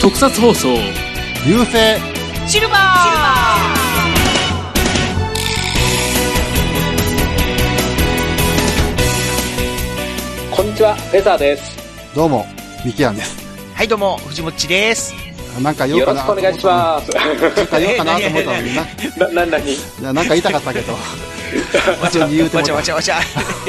特撮放送流星シルバーこんにちは、フェザーです。どうもミキアンですはい、どうも、藤もっちです。あなんか言おうよかろなしくお願いします。すなんか言おうか なと思ったのになな、 な、なにななんか言いたかったけど普通に言うてもわらちゃわちゃわちゃ。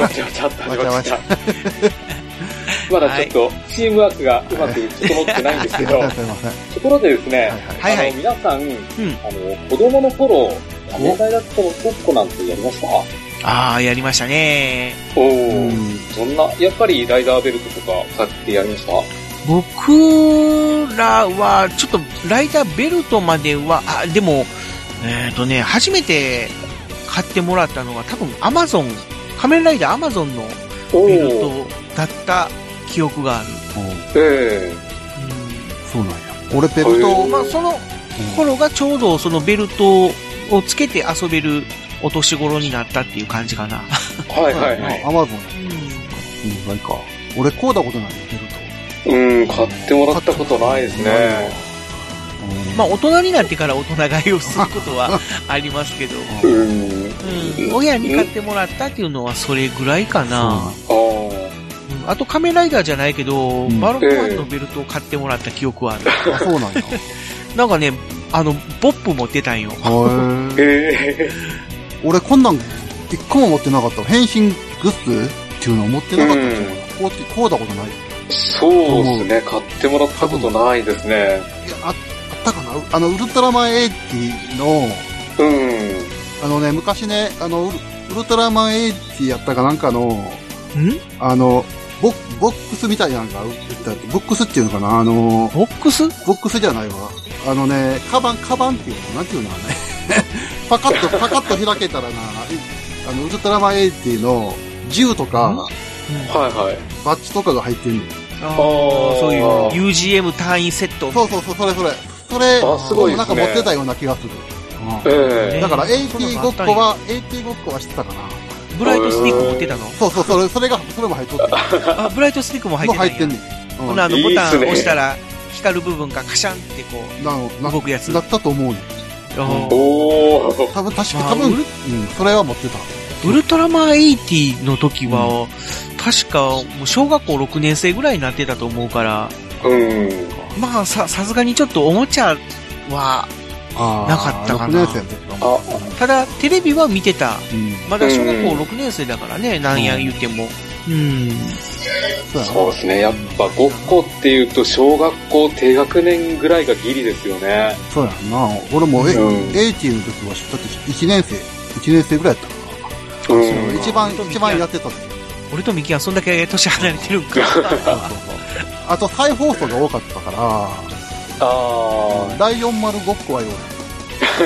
わちゃわちゃあった、わちゃわちゃあり ました。まだちょっと、チームワークがうまく整ってないんですけど、すい ませんところでですね、はいはあの、い。皆さん、あの、子供の頃、年代だとごっこなんてやりましたああ、やりましたね。おうー。んそんな、やっぱりライダーベルトとか使ってやりました僕らは、ちょっと、ライダーベルトまでは、あ、でも、えっ、とね、初めて買ってもらったのが、多分、アマゾン、仮面ライダーアマゾンのおベルトだった記憶がある。おえうそうなんや俺ベへルートんと、まあ、そのうん頃がちょうど、そのベルトをつけて遊べるお年頃になったっていう感じかな。えはいはいはい。アマゾンうんうんなんか俺こうだことないよベルトうん、買ってもらったことないですね。うんまあ、大人になってから大人買いをすることはありますけど、ううんん。うん、親に買ってもらったっていうのはそれぐらいかな。あーうんあと、仮面ライダーじゃないけど、うんバルコワンのベルトを買ってもらった記憶はある。あそうなんやへなんかね、あの、ボップ持ってたんよ。ーえ俺こんなん一個も持ってなかった変身グッズっていうのを持ってなかったと思うなこうってこうだことないー、そうですね、買ってもらったことないですね。いやああったかなうあのウルトラマン80のうん。あのね昔ねあのウルウルトラマン80やったかなんかのんあのボボックスみたいなのが売ってたってボックスっていうのかなあのボックスボックスじゃないわあのねカバンカバンっていうのなんていうのあれ パカッとパカッと開けたらなあのウルトラマン80の銃とかはいはい。バッジとかが入ってるのあーあーそういう UGM 単位セット。そうそうそう、それそれ。それ、あすごいですねなんか持ってたような気がする。うんえだからえー AT ごっこは、AT ごっこはしてたかな。ブライトスティック持ってたのそうそう、それ、それが、それも入っ とって。あ、ブライトスティックも入っもうてたん入ってやんねん。ほうんなあの、ボタンいいっすね押したら、光る部分がカシャンってこなの、う、な、動くやつ。だったと思うねん。あーえ。おー。多分、確か、あ多分、ウうルん、それは持ってた。ウルトラマン80の時は、確か、もう小学校6年生ぐらいになってたと思うから、うん。まあ、さ、さすがにちょっとおもちゃは、あーなかったか6な年生の時あかな。ただ、テレビは見てた。うん。まだ小学校うん6年生だからね、なんや言うても。うん。そうやなそうですね、やっぱごっこっていうと、小学校低学年ぐらいがギリですよね。そうやな。俺も、え、うん AT の時は、だって1年生、1年生ぐらいやったかな。うん。そう一番、一番やって た時。俺とミキはそんだけ年離れてるんか。そうそうそう。あと、再放送が多かったから、あライオン丸ごっこはよ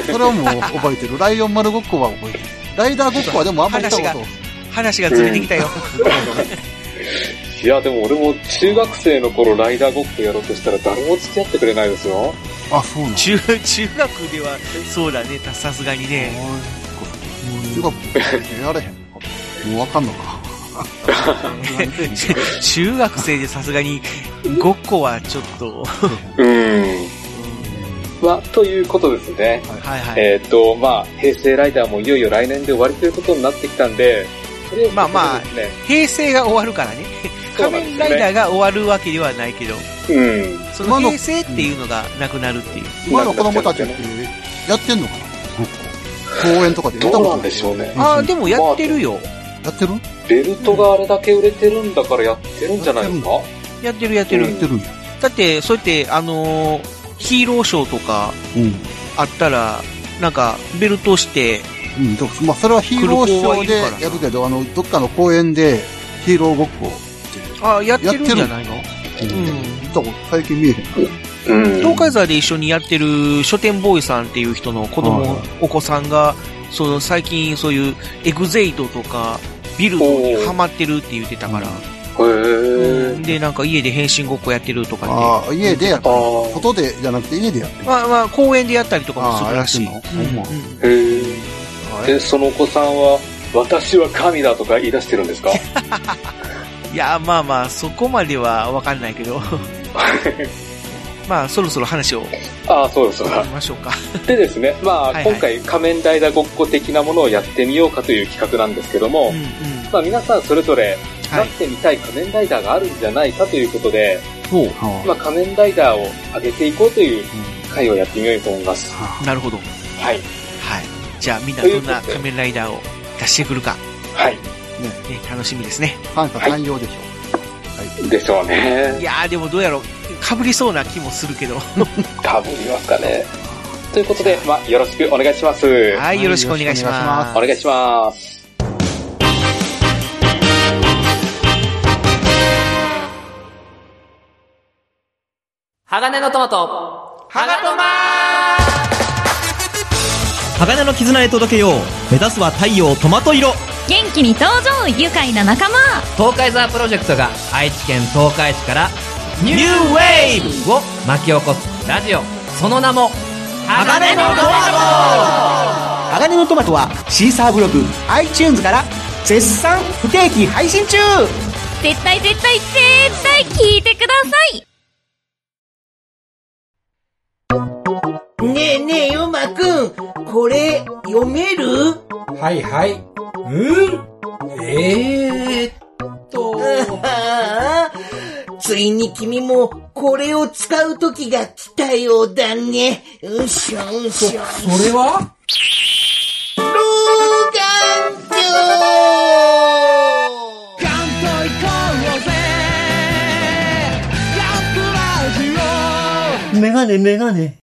それはもう覚えてる。ライオン丸ごっこは覚えてる。ライダーごっこはでもあんまりしたこと。話がずれてきたよ。ー。いや、でも俺も中学生の頃ライダーごっこやろうとしたら誰も付き合ってくれないですよ。あ、そうなの中、中学では、そうだね、たさすがにね。中学校やれへんのか。もうわかんの か。中学生でさすがに、ごっこはちょっと、うん。まあ、ということですね。はいはい。えっ、と、まあ、平成ライダーもいよいよ来年で終わりということになってきたんで、とりえずまあまあそうで平成が終わるからね。そう仮なんですね面ライダーが終わるわけではないけど、すね、うん。そ今のの平成っていうのがなくなるっていう。今の子供たちってやってんのかなごっこ。公園とかでやったどうこなとんでしょうね。ああ、でもやってるよ。やってるベルトがあれだけ売れてるんだからやってるんじゃないですかやってるやってうるやっ。てるんや。だって、そうやって、あのーヒーローショーとかうあったら、なんか、ベルトして、ん。うん。でもまあ、それはヒーローショーでやるけど、あの、どっかの公園でヒーローごっこ。ああ、やってるんじやゃってないのううん見たこと最近見えへん。うん東海座で一緒にやってる書店ボーイさんっていう人の子はい供はい、お子さんが、その最近そういうエグゼイドとか、ビルドにハマってるって言ってたから、へえ。で、なんか家で変身ごっこやってるとかって。ああ、家でやっあた。あ。外でじゃなくて家でやってる。まあまあ、公園でやったりとかもするらしい。あーやってんのほんまうんへえ。はいで、そのお子さんは、私は神だとか言い出してるんですかいや、まあまあ、そこまではわかんないけど。 まあ、そろそろ話を終ああ、そうですわか り。ましょうか。でですね、まあ、はいはい今回仮面ライダーごっこ的なものをやってみようかという企画なんですけども、うんうん。まあ皆さんそれぞれ、は。ないってみたい仮面ライダーがあるんじゃないかということで、ほはまあ仮面ライダーを上げていこうという回をやってみようと思います。う。なるほど。ははい。い。じゃあ、みんなどんなということで仮面ライダーを出してくるか、はい。ね、楽しみですね。あファンか寛容でしょでしょういね。やー、でもどうやろう。かぶりそうな気もするけど。多分いますかね。ということで、まあよろしくお願いします。ははいい、よろしくお願いしまよす。お願いします。鋼のトマト。ハガトマ鋼の絆へ届けよう目指すは太陽トマト色元気に登場愉快な仲間東海ザープロジェクトが愛知県東海市からニューウェーブを巻き起こすラジオその名も鋼のト鋼のトマトはシーサーブログ iTunes から絶賛不定期配信中絶対絶対絶対聞いてくださいねえねえ、ヨマくん、これ、読めるはいはい。うんええー、と、ああ、 ついに君も、これを使う時が来たようだね。うしょうしょ。それは老眼鏡メガネメガネ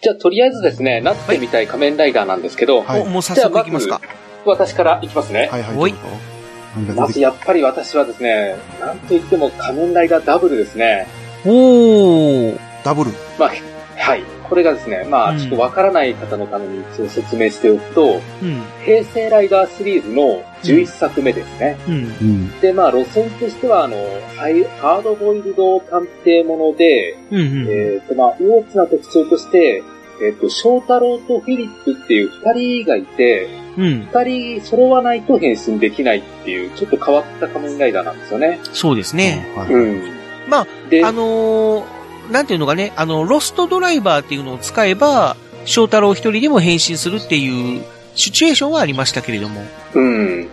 じゃあとりあえずですね、なってみたい仮面ライダーなんですけど、はいおもう早速いきますか。私からいきますね。う。はいはい。おいどうぞまずやっぱり私はですね、なんといっても仮面ライダーダブルですね。おー。ダブル。まあ、はい。これがですね、まうあ、んちょっとわからない方のために一応説明しておくと、うん。平成ライダーシリーズの11作目ですね。うん。うん。で、まあ、路線としては、あの、ハイハードボイルド探偵もので、うん。うん。えっ、と、まあ、大きな特徴として、えっ、と、翔太郎とフィリップっていう二人がいて、うん。二人揃わないと変身できないっていう、ちょっと変わった仮面ライダーなんですよね。そうですね。はい。うん。まあ、で、あのー、なんていうのかね、あの、ロストドライバーっていうのを使えば、翔太郎一人でも変身するっていうシチュエーションはありましたけれども。うん。うん、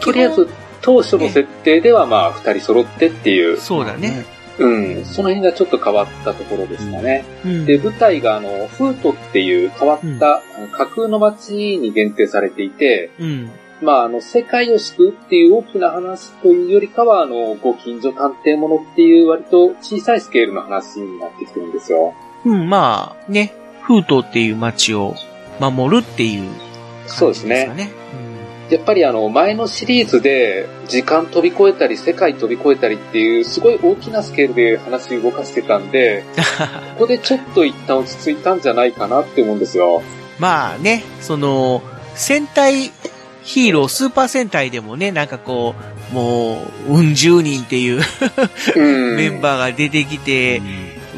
とりあえず、当初の設定では、まあ、二人揃ってっていう基本。そうだね。うん、その辺がちょっと変わったところですかね。うん。で、舞台があの、フートっていう変わった、あの架空の街に限定されていて、うん。まあ、あの、世界を救うっていう大きな話というよりかは、あの、ご近所探偵ものっていう割と小さいスケールの話になってきてるんですよ。うん、まあ、ね、フートっていう街を守るっていうそ感うですじですかね。ね。やっぱりあの、前のシリーズで、時間飛び越えたり、世界飛び越えたりっていう、すごい大きなスケールで話動かしてたんで、ここでちょっと一旦落ち着いたんじゃないかなって思うんですよ。まあね、その、戦隊ヒーロー、スーパー戦隊でもね、なんかこう、もう、うん十人っていう うんメンバーが出てきて、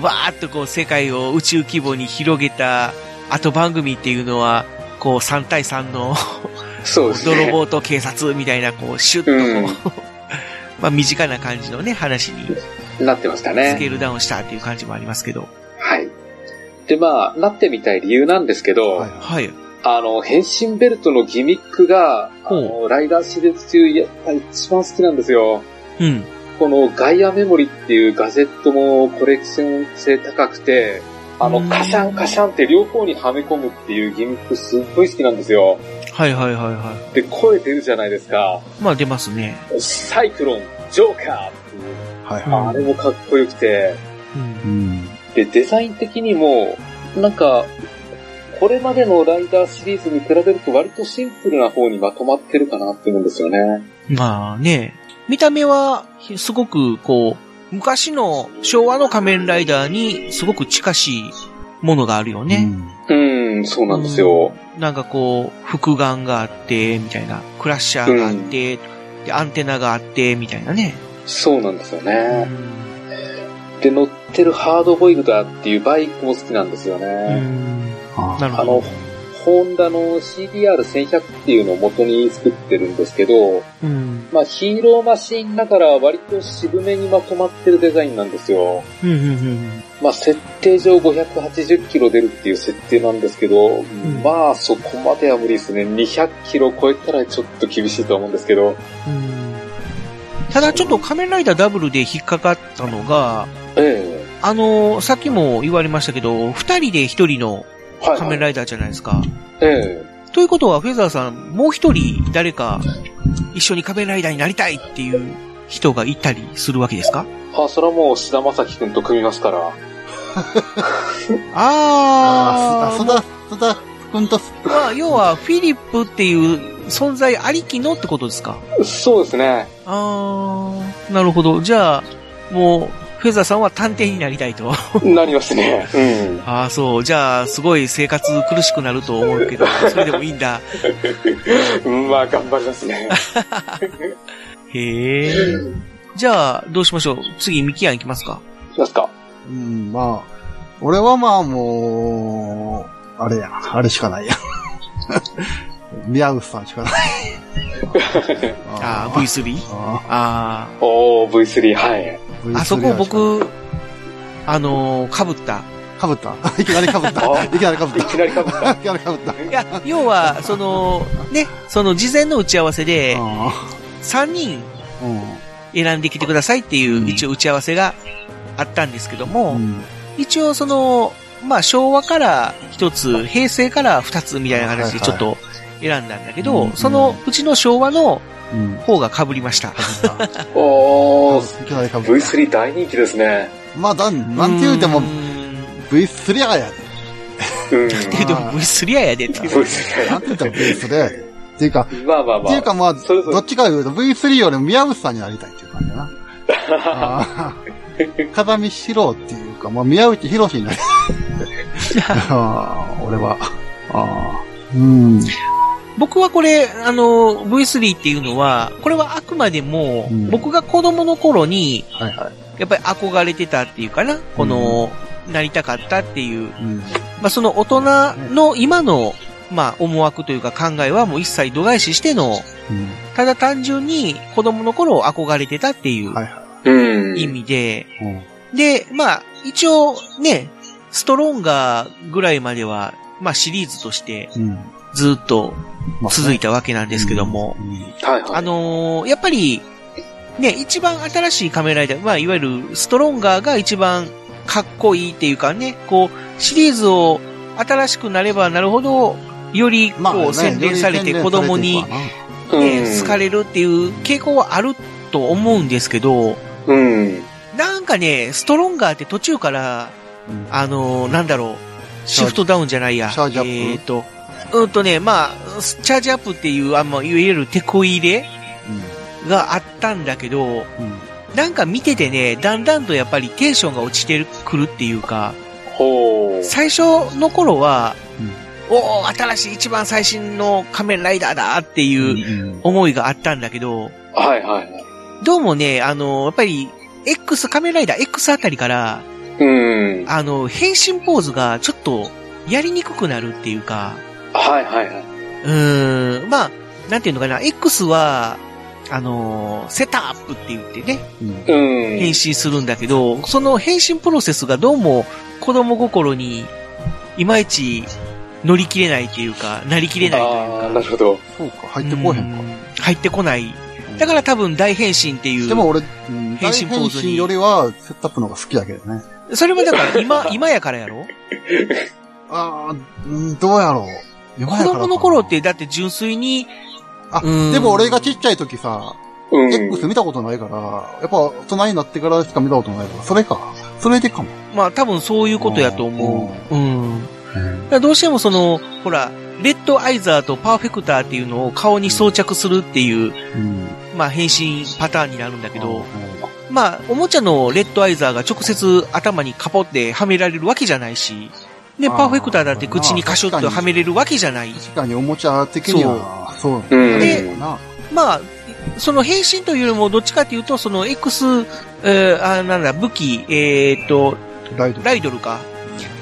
わーっとこう世界を宇宙規模に広げた後番組っていうのは、こう3対3のそ うですね。泥棒と警察みたいな、こうシュッとこう、まあ身近な感じのね、話にスなってましたケね。ールダウンしたっていう感じもありますけど。はい。で、まあ、なってみたい理由なんですけはど、いはいはい。あの、変身ベルトのギミックが、あの、ライダーシリーズ中、やっぱり一番好きなんですよ。うん。このガイアメモリっていうガジェットもコレクション性高くて、あうの、んカシャンカシャンって両方にはめ込むっていうギミックすっごい好きなんですよ。はいはいはいはで、声出るじゃないですか。い。まあ出ますね。サイクロン、ジョーカーっていう、はいうんはあれもかっこよくて、うんい。うん。で、デザイン的にも、なんか、これまでのライダーシリーズに比べると割とシンプルな方にまとまってるかなって思うんですよね。まあね、見た目は、すごく、こう、昔の昭和の仮面ライダーにすごく近しいものがあるよね。うん。うん、そうなんですよ。なんかこう、複眼があって、みたいな、クラッシャーがあって、で、アンテナがあって、みたいなね。そうなんですよね。で、乗ってるハードボイルダーっていうバイクも好きなんですよね。なるあの、ホンダの CBR1100 っていうのを元に作ってるんですけど、うん。まあヒーローマシンながら割と渋めにまとまってるデザインなんですよ。うん、うん、まあ設定上580キロ出るっていう設定なんですけど、まあそこまでは無理ですね。200キロ超えたらちょっと厳しいと思うんですけど、ただちょっと仮面ライダーダブルで引っかかったのが、えあの、さっきも言われましたけど、二人で一人の仮面ライダーじゃないですか。え、えということは、フェザーさん、もう一人誰か一緒に仮面ライダーになりたいっていう人がいたりするわけですかえ。あ、それはもう志田正樹くんと組みますから。ああ、そだ、そだ、くんと。まあ、要は、フィリップっていう存在ありきのってことですかそうですね。ああ、なるほど。じゃあ、もう、フェザーさんは探偵になりたいと。なりますね。うん。 ああ、そう。じゃあ、すごい生活苦しくなると思う けど、それでもいいんだ。 うんまあ頑張りますね。へえ。じゃあ、どうしましょう。次、ミキアン行きますか。ますか。 うん、まあ、俺はまあもう、あれや、あれしかないや。ミアウスさんしかない。ああ、V3? あおー、V3、はい。あ。あそこ僕、あのー、かぶった。かぶった いきなりかぶった。いきなりかぶっいきなりかぶ った。た。いきなりかぶった。いや、要は、その、ね、その事前の打ち合わせで、3人う選んできてくださいっていう、一応打ち合わせがあったんですけども、ん。うん。一応その、まあ昭和から一つ、平成から二つみたいな話でちょっと選んだんだけど、うんそのうちの昭和のうん。方が被りました。おー、いきなりかぶっ V3 大人気ですね。た。まあ、だん、なんて言うてもうー、ん V3 やで。うん。けど V3 ややでって。なん V3 て言っても V3 やで。っていうか、っまあまあまていうかあ。まあ、それぞれどっちか言うと V3 よりも宮内さんになりたいっていう感じだな。あー風見四郎っていうか、まあ、宮内博士になりたい。あー俺は。あーうん。僕はこれ、あの、V3 っていうのは、これはあくまでも、うん僕が子供の頃に、はいはい。やっぱり憧れてたっていうかな、この、なりたかったっていううん。まあ、その大人の今の、まあ、思惑というか考えはもう一切度外視しての、うん。ただ単純に子供の頃憧れてたっていうはいは うん。意味で、い。うん。で、まあ、一応ね、ストロンガーぐらいまでは、まあシリーズとしてうん。ずっとまあ続いたわけなんですけども、うんはいはい。あのーやっぱり、ね、一番新しい仮面ライダー、まあ、いわゆるストロンガーが一番かっこいいっていうかね、こう、シリーズを新しくなればなるほど、よりまあねこう、洗練されて子供に、ね、好かれるっていう傾向はあると思うんですけど、うん。なんかね、ストロンガーって途中から、うんあのーなんだろう、シフトダウンじゃないや。チャージアップえっ、と、うんとね、まあ、チャージアップっていう、あんま、いわゆる手こ入れがあったんだけど、うん。うんなんか見ててね、だんだんとやっぱりテンションが落ちてくるっていうか、ほう。最初の頃は、おお、新しい一番最新の仮面ライダーだっていううん。思いがあったんだけど、はいはい。どうもね、あの、やっぱり、X、仮面ライダー X あたりから、うん。あの、変身ポーズがちょっとやりにくくなるっていうか、はいはいはい。うーん、まあ、なんていうのかな、X は、あの、セットアップって言ってね、うんうん。変身するんだけど、その変身プロセスがどうも子供心にいまいち乗り切れないというか、なりきれないというか。ああ、なるほど。そうか、入ってこうへんか。か。入ってこない。だから多分大変身っていう。でも、俺、うん変大身ポ変ーズに身よりは、セットアップの方が好きだけどね。それもだから今、今やからやろああ、うんどうやろう。子供の頃って、だって純粋に、あ、うんでも俺がちっちゃい時さ、うん。 X 見たことないから、やっぱ大人になってからしか見たことないから、それか。それでかも。まあ多分そういうことやと思う。うん。だからどうしてもその、ほら、レッドアイザーとパーフェクターっていうのを顔に装着するっていう、うん。まあ変身パターンになるんだけど、うまあ、おもちゃのレッドアイザーが直接頭にカポってはめられるわけじゃないし、ね、パーフェクターだって口にカシュッとはめれるわけじゃない。確かにおもちゃ的には、そう。で、まあ、その変身というよりも、どっちかというと、その X、えー、あなんだ、武器、えー、っと、ライドル。ライドルか。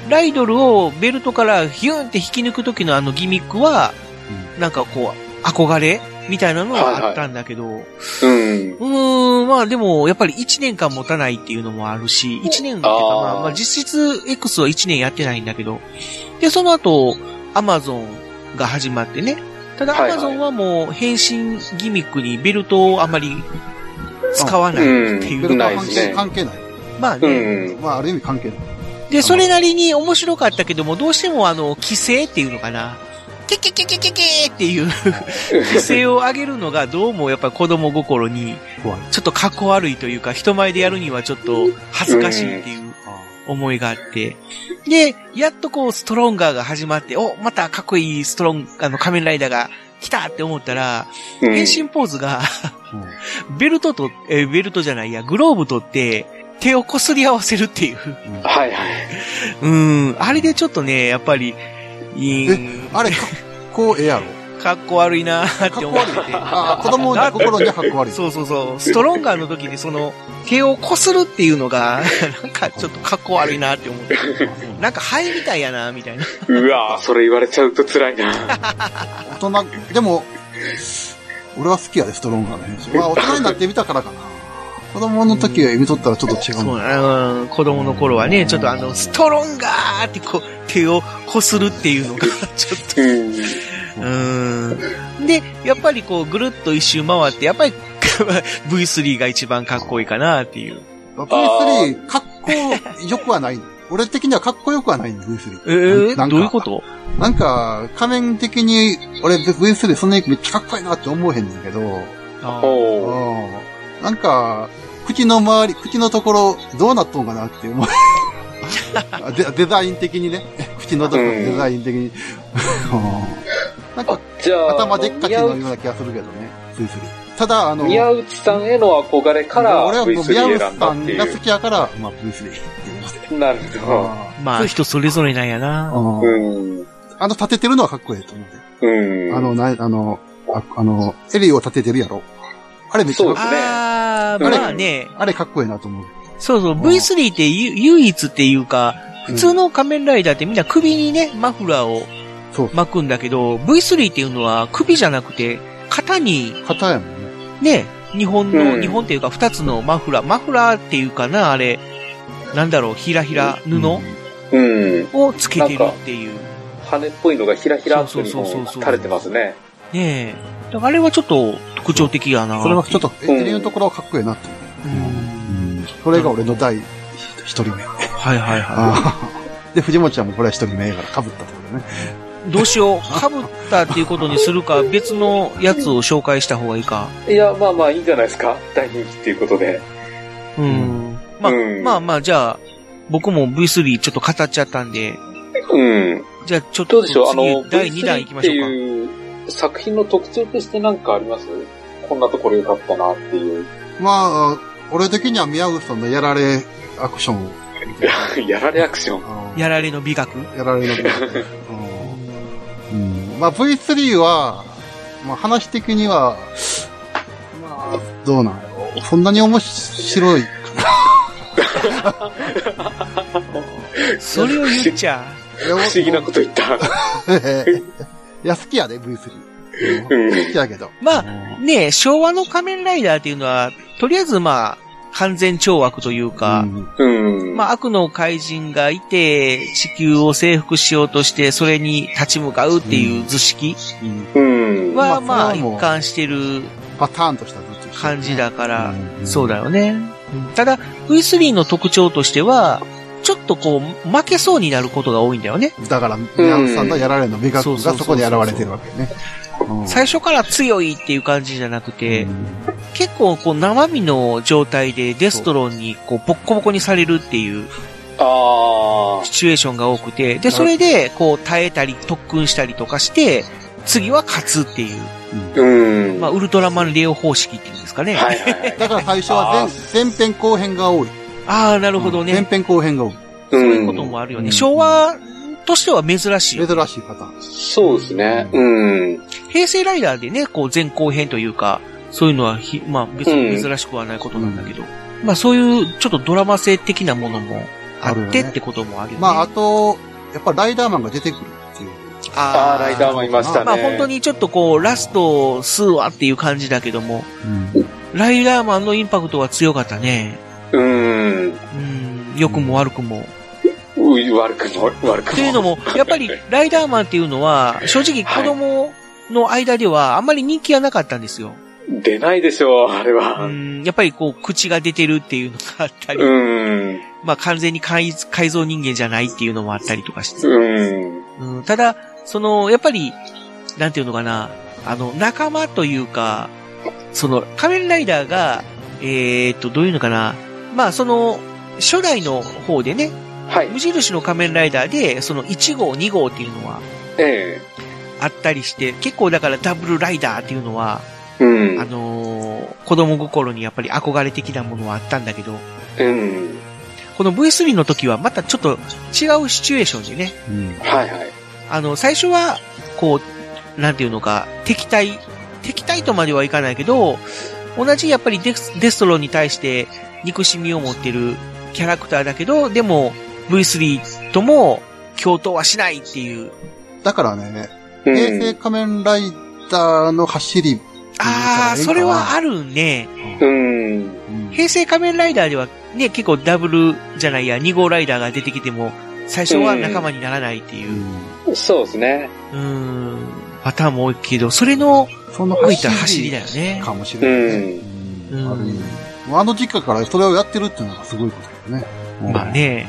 ライドルをベルトからヒュンって引き抜く時のあのギミックは、なんかこう、憧れみたいなのはあったんだけど、うん。うーん、まあでも、やっぱり1年間持たないっていうのもあるし、1年っていうか、あーまあ、まあ実質 X は1年やってないんだけど、で、その後、アマゾンが始まってね、ただアはいはマいゾンはもう変身ギミックにベルトをあまり使わないっていうベルのトが、は関係関係ない。まあね、まあ、ある意味関係ない。で、それなりに面白かったけども、どうしてもあの、規制っていうのかな。キキキキキキって いう規制を上げるのがどうもやっぱり子供心に、ちょっとかっこ悪いというか、人前でやるにはちょっと恥ずかしいっていう思いがあって。で、やっとこう、ストロンガーが始まって、お、またかっこいいストロン、あの、仮面ライダーが来たって思ったら、うん変身ポーズが、ベルトと、えーベルトじゃないや、グローブ取って、手をこすり合わせるっていう。はいはい。うん、あれでちょっとね、やっぱり、え、あれ、こう、ええやろ。かっこ悪いなーって思って て。あ子供の心にはかっこ悪い。そうそうそう。ストロンガーの時にその、手をこするっていうのが、 なんかちょっとかっこ悪いなって思って。なんかハエみたいやなみたいな。うわぁ、それ言われちゃうと辛いな。大人、でも、俺は好きやで、ストロンガーの変身。まあ、大人になってみたからかな。子供の時は見とったらちょっと違うそのううん子供の頃はね、ちょっとあの、ストロンガーってこう、手をこするっていうのが、 ちょっと。うん。で、やっぱりこう、ぐるっと一周回って、やっぱり V3 が一番かっこいいかなっていう。 V3、かっこよくはない。俺的にはかっこよくはないんだ、V3。えーなんかどういうことなんか、仮面的に、俺 V3 そんなにめっちゃかっこいいなって思えへんねんけど、うんなんか、口の周り、口のところ、どうなっとんかなって 思う。あデデザイン的にね。口のところ、デザイン的に。なんか、頭でっかちのような気がするけどね、V3。ただ、あの、宮内さんへの憧れから俺はもう V3 宮内選んださってんが好いきやから、まあ V3。う。なるほど。まあ、人それぞれなんやな。うん。あの、立ててるのはかっこいいと思う。うん。あの、な、あの、ああの、エリーを立ててるやろ。あれめっちゃかっこいいあーあれまあね。あれかっこいいなと思う。そうそう、V3 ってゆ唯一っていうか、普通の仮面ライダーってみんな首にね、マフラーを巻くんだけど、V3 っていうのは首じゃなくて、肩に、肩やもんね。ね、日本の、うん日本っていうか二つのマフラー、マフラーっていうかな、あれ、なんだろう、ひらひら布うん。をつけてるっていう。羽っぽいのがひらひらっとにそうそうそうもそうそう垂れてますね。ねえ。だからあれはちょっと特徴的やな。それはちょっと、エリーのところはかっこいいなって思う。それが俺の第一人目。はいはいはい。 で、藤本ちゃんもこれは一人目やから被ったってことね。どうしよう、かぶったっていうことにするか、別のやつを紹介した方がいいか。いや、まあまあいいんじゃないですか。大人気っていうことで。うん。まあ、まあまあ、じゃあ、僕も V3 ちょっと語っちゃったんで、うん。じゃあちょっどとうでしょうあの次、第2弾 V3 行きまってしょうか。いう作品の特徴としてなんかありますこんなところ良かったなって いう。まあ、俺的には宮口さんのやられアクションをやられアクション。やられの美学やられるのがうんまあ V3 は、まあ話的には、まあ、どうなんやろうそんなに面白いそれを言っちゃ、不思議なこと言った。 いや、好きやで、V3。好きやけど。まあ、ねえ昭和の仮面ライダーっていうのは、とりあえずまあ、完全懲悪というか、うん。まあ、悪の怪人がいて、地球を征服しようとして、それに立ち向かうっていう図式うん。は、まあ、それはもう一貫してるパターンとしたずっと感じだから、そうだよね。ただ、V3 の特徴としては、ちょっとこう、負けそうになることが多いんだよね。だから、宮内さんのやられの美学がそこに現れてるわけね。うん最初から強いっていう感じじゃなくて、結構こう生身の状態でデストロンにこうボッコボコにされるっていうあシチュエーションが多くて、で、それでこう耐えたり特訓したりとかして、次は勝つっていう、あ。うん。まあウルトラマンレオ方式っていうんですかね。はいはい はい。だから最初は前前編後編が多い。ああ、なるほどね。前編後編が多い。そういうこともあるよね。昭和っとしては珍しい。珍しいパターン。そうですね。うん。平成ライダーでね、こう前後編というか、そういうのはひ、まあ別に珍しくはないことなんだけど、うん、まあそういうちょっとドラマ性的なものもあってってこともあるよね。まああと、やっぱライダーマンが出てくるっていう。ああ、ライダーマンいましたね。まあ本当にちょっとこう、ラスト数話っていう感じだけども、うん、ライダーマンのインパクトは強かったね。うん。うん。良くも悪くも。うい、悪くも、悪くも。というのも、やっぱり、ライダーマンっていうのは、正直子供の間では、あんまり人気がなかったんですよ。出ないでしょう、あれは。うん、やっぱりこう、口が出てるっていうのがあったり。うん。まあ、完全に改改造人間じゃないっていうのもあったりとかして。。うんうん、ただ、その、やっぱり、なんていうのかな、あの、仲間というか、その、仮面ライダーが、えー、っと、どういうのかな、まあ、その、初代の方でね、はい、無印の仮面ライダーで、その1号、2号っていうのは、ええあったりして、結構だからダブルライダーっていうのは、うん、あのー、子供心にやっぱり憧れ的なものはあったんだけど、うん、この V3 の時はまたちょっと違うシチュエーションでね、うん、はいはい。あの、最初は、こう、なんていうのか、敵対、敵対とまではいかないけど、同じやっぱりデスデストロンに対して憎しみを持ってるキャラクターだけど、でも V3 とも共闘はしないっていう。だからね、平成仮面ライダーの走りああ、それはあるね。うん。平成仮面ライダーではね、結構ダブルじゃないや、2号ライダーが出てきても、最初は仲間にならないっていう。うん、そうですね。うん。パターンも多いけど、それの、その走いた走りだよね。かもしれない、ね。うん。うん、あの実家からそれをやってるっていうのがすごいことだよね。まあね。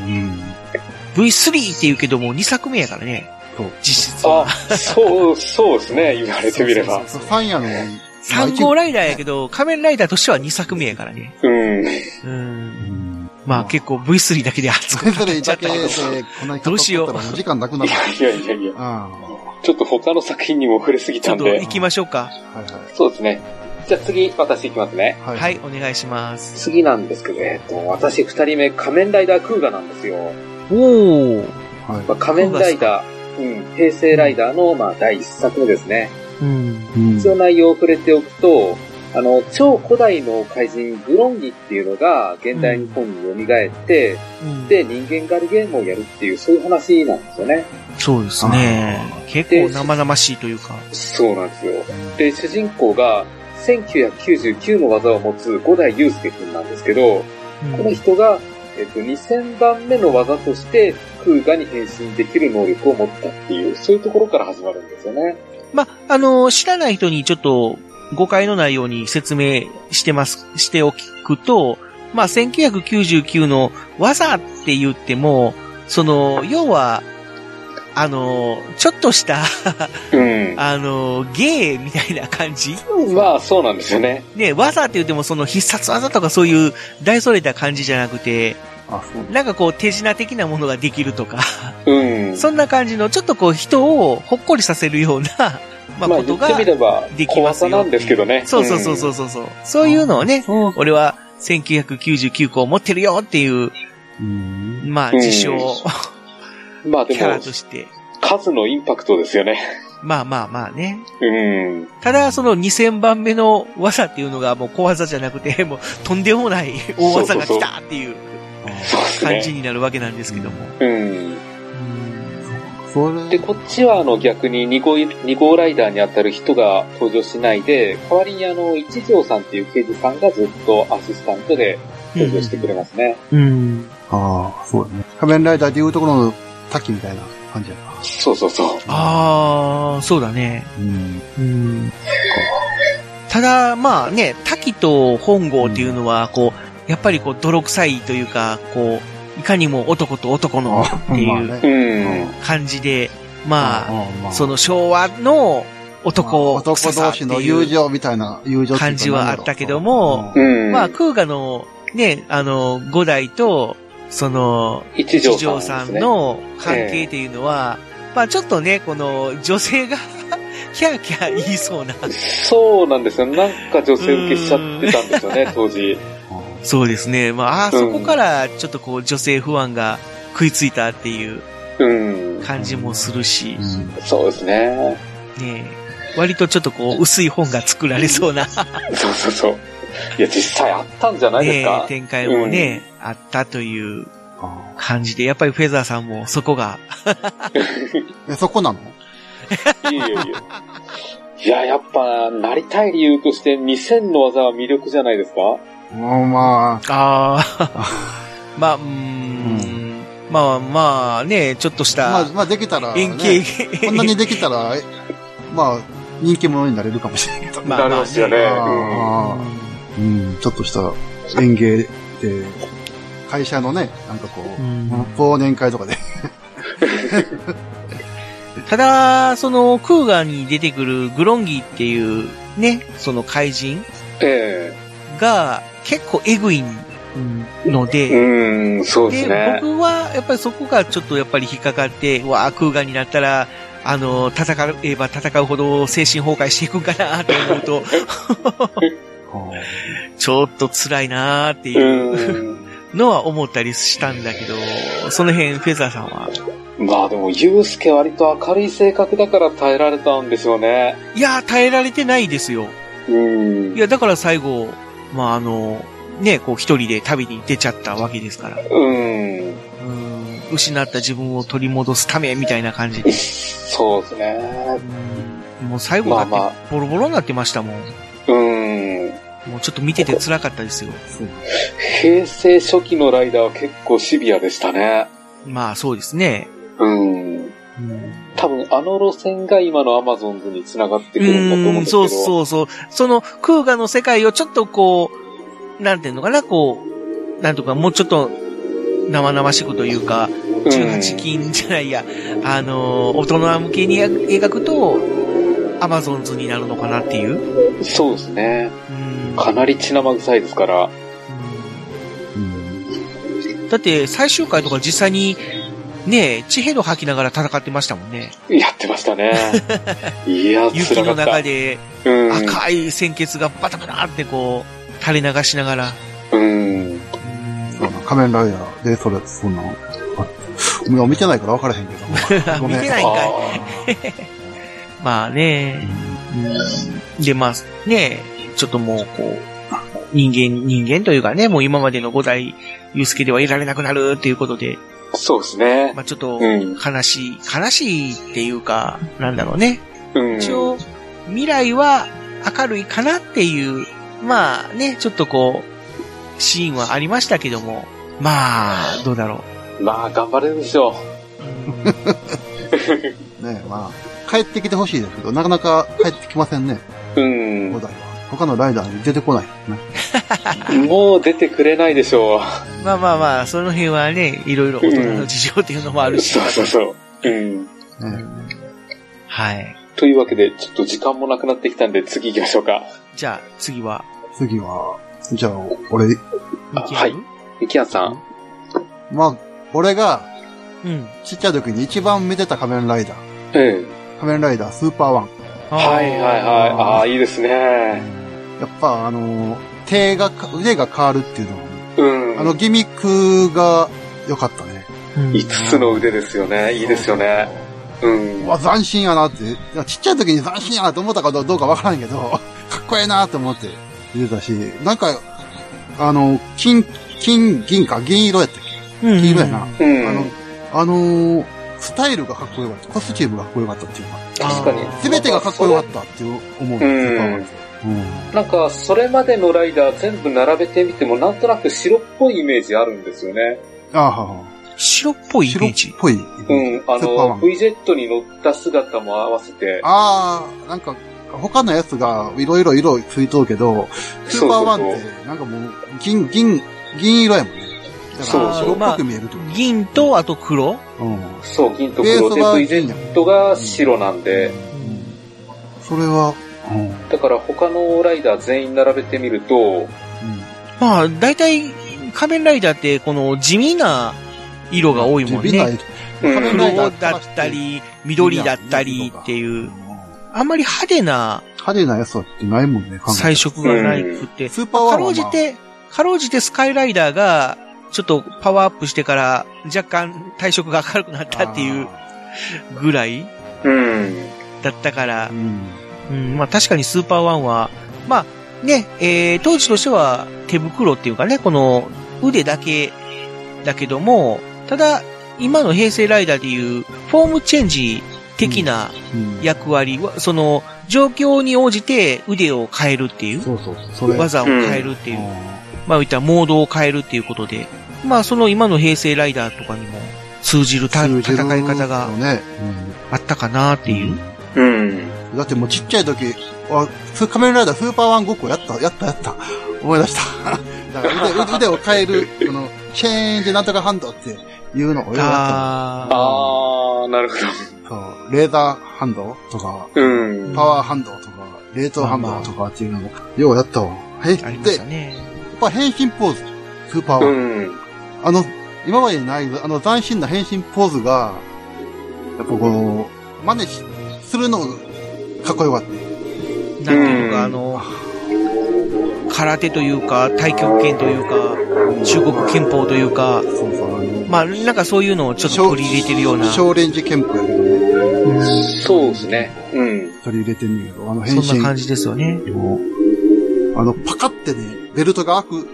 うん、V3 って言うけども、2作目やからね。そう。実質は。あ、そう、そうですね。言われてみれば。そうファンやの3号ライダーやけど、仮面ライダーとしては2作目やからね。。うんうん。まあ結構 V3 だけで熱 くなっちゃったけど。 どうしよう。時間なくなった。いやいやいや。ちょっと他の作品にも触れすぎたんで。ちょっと行きましょうか。はいはい。そうですね。じゃあ次、私行きますね。はい、はい、お願いします。次なんですけど、えっと、私二人目、仮面ライダークーガなんですよ。おお、はいまあ、仮面ライダー、うん、平成ライダーの、まあ、第一作目ですね。うん。一応内容を触れておくと、あの、超古代の怪人、グロンギっていうのが、現代日本に蘇って、うん、で、人間狩りゲームをやるっていう、そういう話なんですよね。そうですね。結構生々しいというか。そうなんですよ。で、主人公が、1999の技を持つ五代祐介くんなんですけど、うん、この人が、えっと、2000番目の技として、空ガに変身できる能力を持ったっていう、そういうところから始まるんですよね。まあ、あの、知らない人にちょっと誤解のないように説明してます、しておくと、まあ、1999の技って言っても、その、要は、あの、ちょっとしたうん、あの、芸みたいな感じまあ、そうなんですよね。ね、技って言っても、その必殺技とかそういう大それた感じじゃなくて、なんかこう手品的なものができるとか うん、そんな感じの、ちょっとこう人をほっこりさせるような まあことができますよ。なんですけどね。そうそうそうそうそう。うん、そういうのをね、俺は1999個持ってるよっていう、うん、まあ自称、まあでも、キャラとして。数のインパクトですよねまあまあまあね。うん。ただ、その2000番目の技っていうのがもう小技じゃなくて、 もうとんでもない大技が来たっていう感じになるわけなんですけども。う,ね、うん。うん、で、こっちはあの逆に2号 ,2 号ライダーに当たる人が登場しないで、代わりにあの一条さんっていう刑事さんがずっとアシスタントで登場してくれますね。うん。うん、ああ、そうだね。仮面ライダーでいうところの滝みたいな感じやな。そうそうそう。ああ、そうだね。うん。うん。ただ、まあね、滝と本郷っていうのは、こう、やっぱりこう、泥臭いというか、こう、いかにも男と男のっていう感じで、まあ、その昭和の男、男同士の友情みたいな、友情感じはあったけども、まあ、空河の、ね、あの、五代と、その、一条さんの関係っていうのは、まあちょっとね、この女性が キャーキャー言いそうな。そうなんですよ。なんか女性受けしちゃってたんです よね、当時。そうですね。まあ、あそこからちょっとこう女性不安が食いついたっていう。感じもするし。そうですね。ねえ割とちょっとこう、薄い本が作られそうな。そうそうそう。いや、実際あったんじゃないですか。ねえ展開もね、あったという感じで、やっぱりフェザーさんもそこが。え、そこなのいやいやいや。いや、やっぱ、なりたい理由として2000の技は魅力じゃないですかもうまあ。ああ。まあ、うーん。まあまあね、ちょっとした。まあ、まあできたら、ね、円形こんなにできたら、えまあ、人気者になれるかもしれないけど。なりますよね。あーうん、ちょっとした園芸で、会社のね、なんかこう、忘年会とかで。ただ、その、クーガーに出てくるグロンギーっていう、ね、その怪人えが、結構エグいのえで、うん、そうですね。僕は、やっぱりそこがちょっとやっぱり引っかかって、うわあ、クーガーになったら、あの、戦えば戦うほど精神崩壊していくんかなと思うと、ちょっと辛いなーっていうのは思ったりしたんだけど、その辺、フェザーさんは。まあでも、ユうスケ割と明るい性格だから耐えられたんですよね。いやー、耐えられてないですよ。うん。いや、だから最後、まあ、あの、ね、こう一人で旅に出ちゃったわけですから。うん。失った自分を取り戻すため、みたいな感じで。そうですね。もう最後だってまあまあ、ボロボロになってましたもん。うん。もうちょっと見てて辛かったですよ。平成初期のライダーは結構シビアでしたね。まあ、そうですね。うん。多分、あの路線が今のアマゾンズに繋がってくるんだと思ううんでん、すけど。そうそうそう。その空ガの世界をちょっとこう、なんていうのかな、こう、なんとかもうちょっと生々しくというか、18禁じゃないや、あのー、大人向けに描くと、アマゾンズになるのかなっていう。そうですね。かなり血生臭いですから。だって最終回とか実際に、ねえ、地平度吐きながら戦ってましたもんね。やってまし たね。いや、雪辛かのった。中で、うん赤い鮮血がバタバタってこう、垂れ流しながら。うん。そうな仮面ライダーで、それ、そんなの。いや、見てないから分からへんけど。ごめ見んてないんかい。まあね、で、まあね、ちょっともうこう、人間、人間というかね、もう今までの五代、ユうスケではいられなくなるっていうことで、そうですね。まあちょっとうん悲しい、悲しいっていうか、なんだろうね。うん。一応、未来は明るいかなっていう、まあね、ちょっとこう、シーンはありましたけども、まあ、どうだろまあ、頑張れるでしょねえ、まあ、帰ってきてほしいですけど、なかなか帰ってきませんね。う。うん。他のライダーに出てこないですね。もう出てくれないでしょう。まあまあまあ、その辺はね、いろいろ大人の事情っていうのもあるう。し。そうそうそう。うん。はい。というわけで、ちょっと時間もなくなってきたんで、次行きましょうか。じゃあ、次は、次は、じゃあ、俺、あはい。ミキアンさん。まあ、俺が、うん。ちっちゃい時に一番見てた仮面ライダー。ええ。仮面ライダースーパーワン。はいはいはい。ああー、いいですね。やっぱ、あのー、手がか、腕が変わるっていうのは、うん。あのギミックが良かったね。 5つの腕ですよね。いいですよね。うん。うわ、斬新やなって。いやちっちゃい時に斬新やなと思ったかどうかわからんけど、かっこええなと思って出てたし、なんか、あの、金、金、銀か、銀色やったっけうん金色やな。うんあの、あのースタイルがかっこよかった。コスチュームがかっこよかったっていうか。確かに。全てがかっこよかったって思う。うん。なんか、それまでのライダー全部並べてみても、なんとなく白っぽいイメージあるんですよね。ああは白っぽいイメージ。白っぽい。うん。あスーパーマの、ン V ジェットに乗った姿も合わせて。ああ、なんか、他のやつがいろいろ色ついとるけど、スーパーワンって、なんかもう、銀、銀、銀色やもんね。だから、白っぽく見えるってこと。銀と、あと黒うん。そう、銀とベー黒スでが V ジェットが白なんで、それは、だから他のライダー全員並べてみると、まあ、大体、仮面ライダーって、この地味な色が多いもんね。地味な色仮面ライダ黒ーだったり、緑だったりっていう、あんまり派手な派手なやつはってないもんね、彩色がなくて、スーパーワンはかろうじて、かろうじてスカイライダーが、ちょっとパワーアップしてから若干体色が明るくなったっていうぐらいだったから、うんうん、まあ確かにスーパーワンは、まあね、えー、当時としては手袋っていうかね、この腕だけだけども、ただ今の平成ライダーでいうフォームチェンジ的な役割は、うん、その状況に応じて腕を変えるっていう、そうそうそう技を変えるっていう、まあ言ったらモードを変えるっていうことで、まあその今の平成ライダーとかにも通じる戦い方があったかなっていう。うん。。だってもうちっちゃい時、あ、仮面ライダースーパーワンごっこやった、やった、やった。思い出した。 だから腕腕を変える、この、チェーンでなんとかハンドっていうのをやったああ、なるほど。そう、レーザーハンドとか、うん、パワーハンドとか、冷凍ハンドとかっていうのも、ようやったわ。へ、ありましたやね。っぱ変身ポーズ、スーパーワン。うん、あの、今までにない、あの斬新な変身ポーズが、やっぱこの、真似するのかっこよかった。なんていうか、あの、空手というか、太極拳というか、中国拳法というか、そうそうまあ、なんかそういうのをちょっと取り入れてるような。少林寺拳法やけどね。そうですね。うん。取り入れてみると、あの変身。そんな感じですよね。あの、パカってね、ベルトが開く。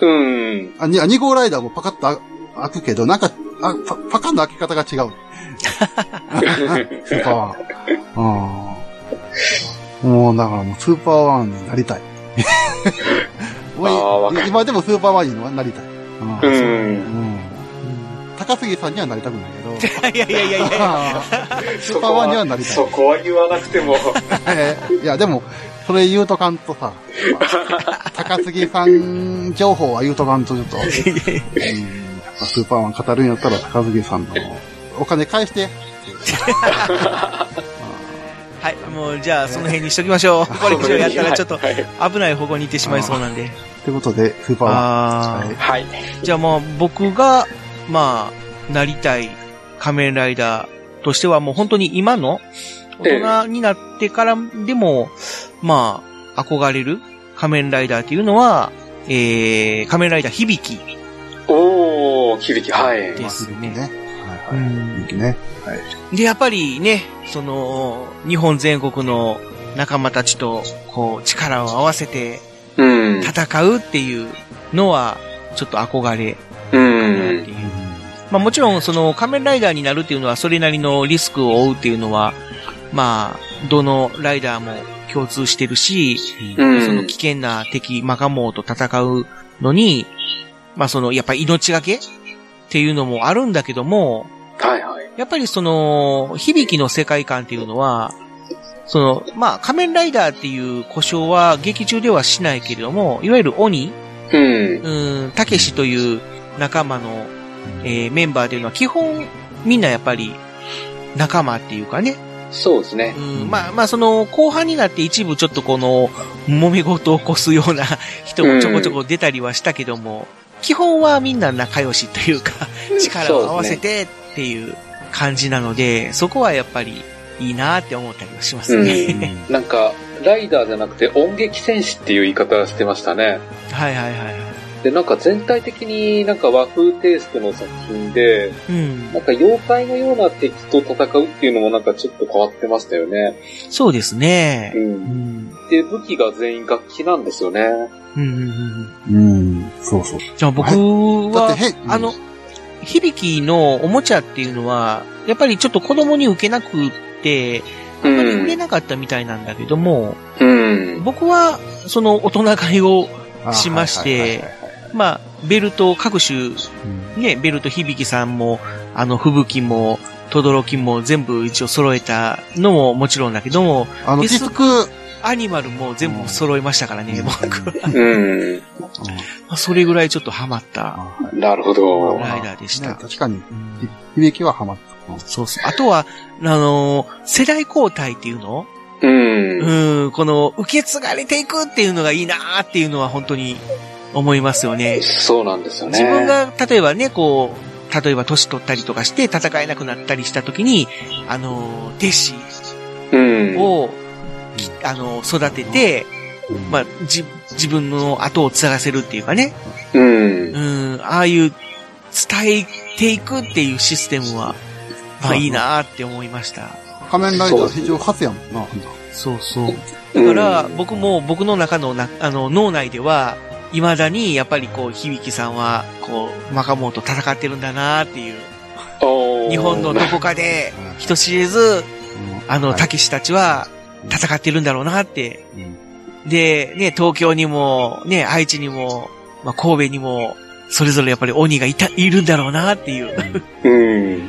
うん。あ、2号ライダーもパカッと開くけど、なんか、あパパカの開け方が違う。スーパーワン。ああ。もう、だからもうスーパーワンになりたい。今でもスーパーワンになりたい。うん。うん高杉さんにはなりたくないけど。いやいやいやいやスーパーワンにはなりたい。 そこは言わなくても。いや、でも、それ言うとかんとさ、高杉さん情報は言うとかんとちょっと、うん、スーパーマン語るんやったら高杉さんのお金返して。はい、もうじゃあその辺にしときましょう。これ以上やったらちょっと危ない方向に行ってしまいそうなんで。ということで、スーパーマン。はい。じゃあもう僕が、まあ、なりたい仮面ライダーとしてはもう本当に今の大人になってからでも、まあ、憧れる仮面ライダーっていうのは、えー、仮面ライダー響き。おー、響き、はい。ですね。。はいはい。響きね。はいで、やっぱりね、その、日本全国の仲間たちと、こう、力を合わせて、戦うっていうのは、ちょっと憧れうん。まあもちろん、その仮面ライダーになるっていうのは、それなりのリスクを負うっていうのは、まあ、どのライダーも共通してるし、うん、その危険な敵、マガモーと戦うのに、まあその、やっぱり命がけっていうのもあるんだけども、はいはい。やっぱりその、響きの世界観っていうのは、その、まあ、仮面ライダーっていう故障は劇中ではしないけれども、いわゆる鬼、うん、うん、たけしという仲間の、えー、メンバーというのは基本みんなやっぱり仲間っていうかね。そうですね。うん、まあまあその後半になって一部ちょっとこの揉め事を起こすような 人もちょこちょこ出たりはしたけども、うん、基本はみんな仲良しというか力を合わせてっていう感じなので、そ,でね、そこはやっぱりいいなって思ったりはしますね。うん、なんか、ライダーじゃなくて音劇戦士っていう言い方してましたね。はいはいはい。で、なんか全体的になんか和風テイストの作品で、うん、なんか妖怪のような敵と戦うっていうのもなんかちょっと変わってましたよね。そうですね。うん。うん、で、武器が全員楽器なんですよね。うんうんうん。うん、そうそう。じゃあ僕は、あの、響きのおもちゃっていうのは、やっぱりちょっと子供に受けなくって、あんまり売れなかったみたいなんだけども、うん、僕は、その大人買いをしまして、まあ、ベルト各種、ね、ベルト響さんも、あの、吹雪も、とどろきも全部一応揃えたのももちろんだけども、あの、ディスク、アニマルも全部揃えましたからね、僕。うんそれぐらいちょっとハマった。なるほど。ライダーでした。確。かに。響きはハマったそうそう。あとは、あの世代交代っていうのうん。うん。この、受け継がれていくっていうのがいいなーっていうのは本当に思いますよね。そうなんですよね。自分が、例えばね、こう、例えば年取ったりとかして戦えなくなったりした時に、あの、弟子を、うん、あの、育てて、まあ、じ、自分の後を継がせるっていうかね。うん。うん、ん、ああいう伝えていくっていうシステムは、まあいいなーって思いました。仮面ライダー非常初やもんな、そうそう。だから、僕も、僕の中のな、あの、脳内では、未だに、やっぱりこう、響さんは、こう、マカモと戦ってるんだなーっていう。日本のどこかで、人知れず、あの、たけしたちは、戦ってるんだろうなって。で、ね、東京にも、ね、愛知にも、まあ、神戸にも、それぞれやっぱり鬼がいた、いるんだろうなっていう。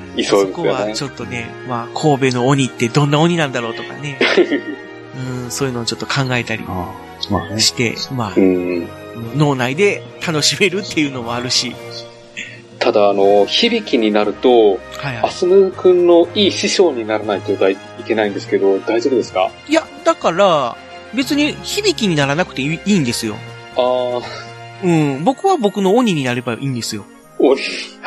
うん、いそうですここよはね。ちょっとね、まあ、神戸の鬼ってどんな鬼なんだろうとか ね。うん、そういうのをちょっと考えたりして、まあ、脳内で楽しめるっていうのもあるし。ただ、あの、響きになると、はいアスヌー君のいい師匠にならないといけないんですけど、大丈夫ですかいや、だから、別に響きにならなくていいいいんですよ。ああ、うん、僕は僕の鬼になればいいんですよ。おは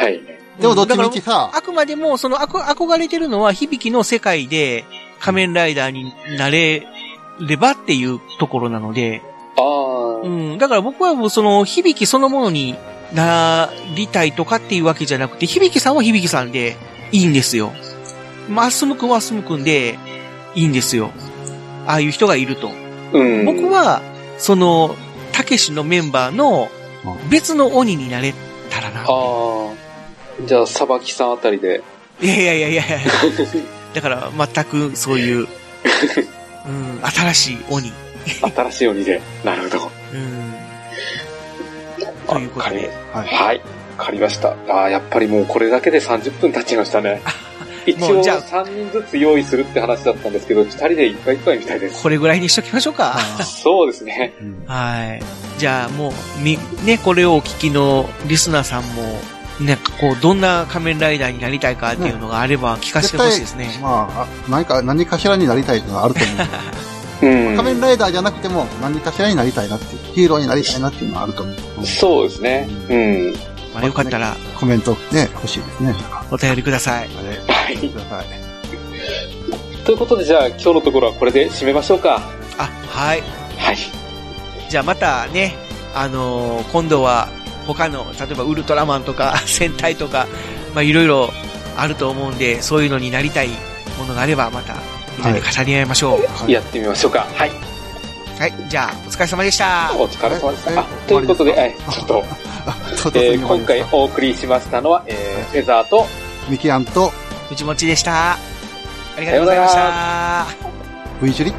い。でもどっちみちさ、あくまでも、その、あこ憧れてるのは、響きの世界で、仮面ライダーになれればっていうところなので、うん、だから僕はもうその、響きそのものになりたいとかっていうわけじゃなくて、響きさんは響きさんでいいんですよ。まあ、すむくんはすむくんでいいんですよ。ああいう人がいると。うん僕は、その、たけしのメンバーの別の鬼になれたらな。ああ。じゃあ、さばきさんあたりで。いやいやいやいやいやだから、全くそういう、うん、新しい鬼。新しい鬼で。なるほど。うん。ということで。はい。わかりました。ああ、やっぱりもうこれだけで30分経っちゃいました ね。一も応うじゃあ3人ずつ用意するって話だったんですけど、2人でいっぱいいっぱいみたいです。これぐらいにしときましょうか。そうですね。はい。じゃあもう、み、ね、これをお聞きのリスナーさんも、なんかこう、どんな仮面ライダーになりたいかっていうのがあれば聞かせてほしいですね。まあ、あ何か、何かしらになりたいというのはあると思うんでうん仮面ライダーじゃなくても何かしらになりたいなっていう、ヒーローになりたいなっていうのはあると思う。そうですね。うん。まあよかったら、コメントね、欲しいですね。お便りください。はい。ということで、じゃあ今日のところはこれで締めましょうか。あ、はい。はい。じゃあまたね、あのー今度は他の、例えばウルトラマンとか 戦隊とか、まあいろいろあると思うんで、そういうのになりたいものがあればまた、みんなで語り合いましょう。はい。やってみましょうか。はい。じゃあ、お疲れ様でした。お疲れ様でした。あということで、はいちょっと、えー今回お送りしましたのは、えーフェザーと、ミキアンと藤持ちでした。ありがとうございました。 V ジュリ